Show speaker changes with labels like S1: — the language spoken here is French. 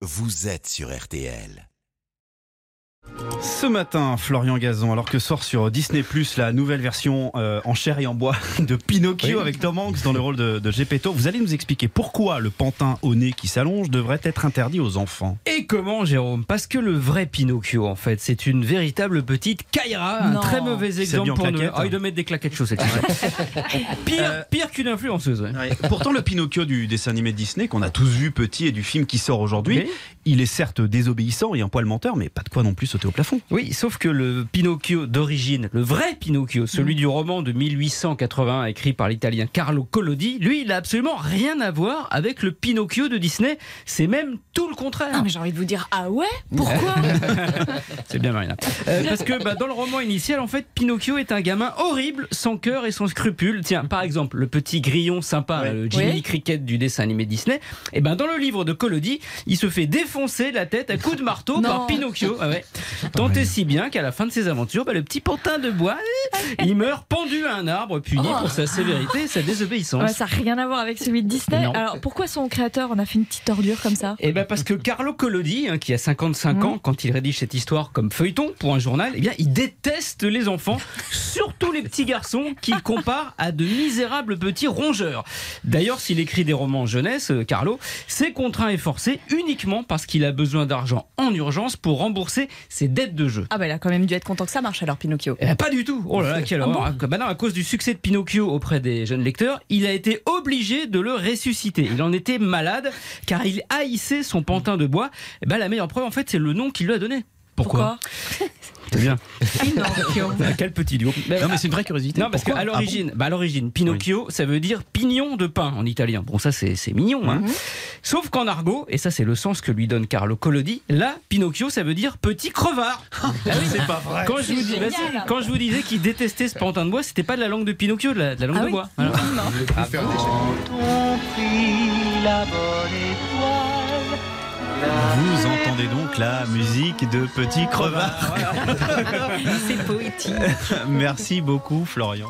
S1: Vous êtes sur RTL.
S2: Ce matin, Florian Gazon, alors que sort sur Disney Plus la nouvelle version euh, en chair et en bois de Pinocchio
S3: Oui.
S2: avec Tom Hanks dans le rôle de, de Gepetto, vous allez nous expliquer pourquoi le pantin au nez qui s'allonge devrait être interdit aux enfants.
S3: Et comment, Jérôme Parce que le vrai Pinocchio, en fait, c'est une véritable petite Kaira. Un
S4: Non.
S3: très mauvais exemple
S2: bien en
S3: pour nous.
S2: claquettes,
S3: Ah,
S2: hein.
S3: il doit mettre des claquettes chaussettes. pire
S2: Euh,
S3: pire qu'une influenceuse. ouais.
S2: Pourtant, le Pinocchio du dessin animé de Disney, qu'on a tous vu petit et du film qui sort aujourd'hui,
S3: Oui.
S2: il est certes désobéissant et un poil menteur, mais pas de quoi non plus sauter au plafond.
S3: Oui, sauf que le Pinocchio d'origine, le vrai Pinocchio, celui
S2: Mm.
S3: du roman de 1881 écrit par l'italien Carlo Collodi, lui, il a absolument rien à voir avec le Pinocchio de Disney. C'est même tout le contraire.
S4: Ah, mais j'ai envie de vous dire, ah ouais Pourquoi
S3: C'est bien Marina. Euh, parce que bah, dans le roman initial, en fait, Pinocchio est un gamin horrible, sans cœur et sans scrupules. Tiens, par exemple, le petit grillon sympa,
S2: Ouais.
S3: le Jimmy
S4: Oui.
S3: Cricket du dessin animé Disney. Et ben dans le livre de Collodi, il se fait défoncer la tête à coups de marteau
S4: Non.
S3: par Pinocchio. Ah ouais. Tant et si bien qu'à la fin de ses aventures, bah, le petit pantin de bois, il meurt pendu à un arbre, puni
S4: Oh.
S3: pour sa sévérité et sa désobéissance.
S4: Ouais, Ça n'a rien à voir avec celui de Disney.
S3: Non.
S4: Alors pourquoi son créateur en a fait une petite tordure comme ça
S3: Eh ben parce que Carlo Collodi, hein, qui a 55
S4: Mhm.
S3: ans, quand il rédige cette histoire comme feuilleton pour un journal, eh bien, il déteste les enfants, surtout les petits garçons qu'il compare à de misérables petits rongeurs. D'ailleurs, s'il écrit des romans jeunesse, euh, Carlo, c'est contraint et forcé uniquement parce qu'il a besoin d'argent en urgence pour rembourser ses dettes de jeu.
S4: Ah bah il a quand même dû être content que ça marche alors Pinocchio.
S3: Eh ben, pas du tout. Oh là là, quelle
S4: Ah
S3: horreur. Bah non, à cause du succès de Pinocchio auprès des jeunes lecteurs, il a été obligé de le ressusciter. Il en était malade car il haïssait son pantin de bois. Eh ben, la meilleure preuve, en fait, c'est le nom qu'il lui a donné. C'est bien. Ben,
S4: Pinocchio.
S3: Quel petit duo.
S5: Non, mais c'est une vraie curiosité.
S3: Euh,
S5: Ah
S3: Non, parce qu'à l'origine, bah, à l'origine, Pinocchio, ça veut dire pignon de pain en italien. Bon, ça, c'est c'est mignon. Hein. Sauf qu'en argot, et ça, c'est le sens que lui donne Carlo Collodi, là, Pinocchio, ça veut dire petit crevard. Ah c'est pas vrai. Quand je vous, dis-
S4: Génial.
S3: bah, si, quand je vous disais qu'il détestait ce pantin de bois, c'était pas de la langue de Pinocchio, de la, de la langue
S4: Ah
S3: de
S4: oui.
S3: bois. Voilà.
S2: Vous entendez donc la musique de Petit Crevard.
S4: C'est poétique.
S2: Merci beaucoup, Florian.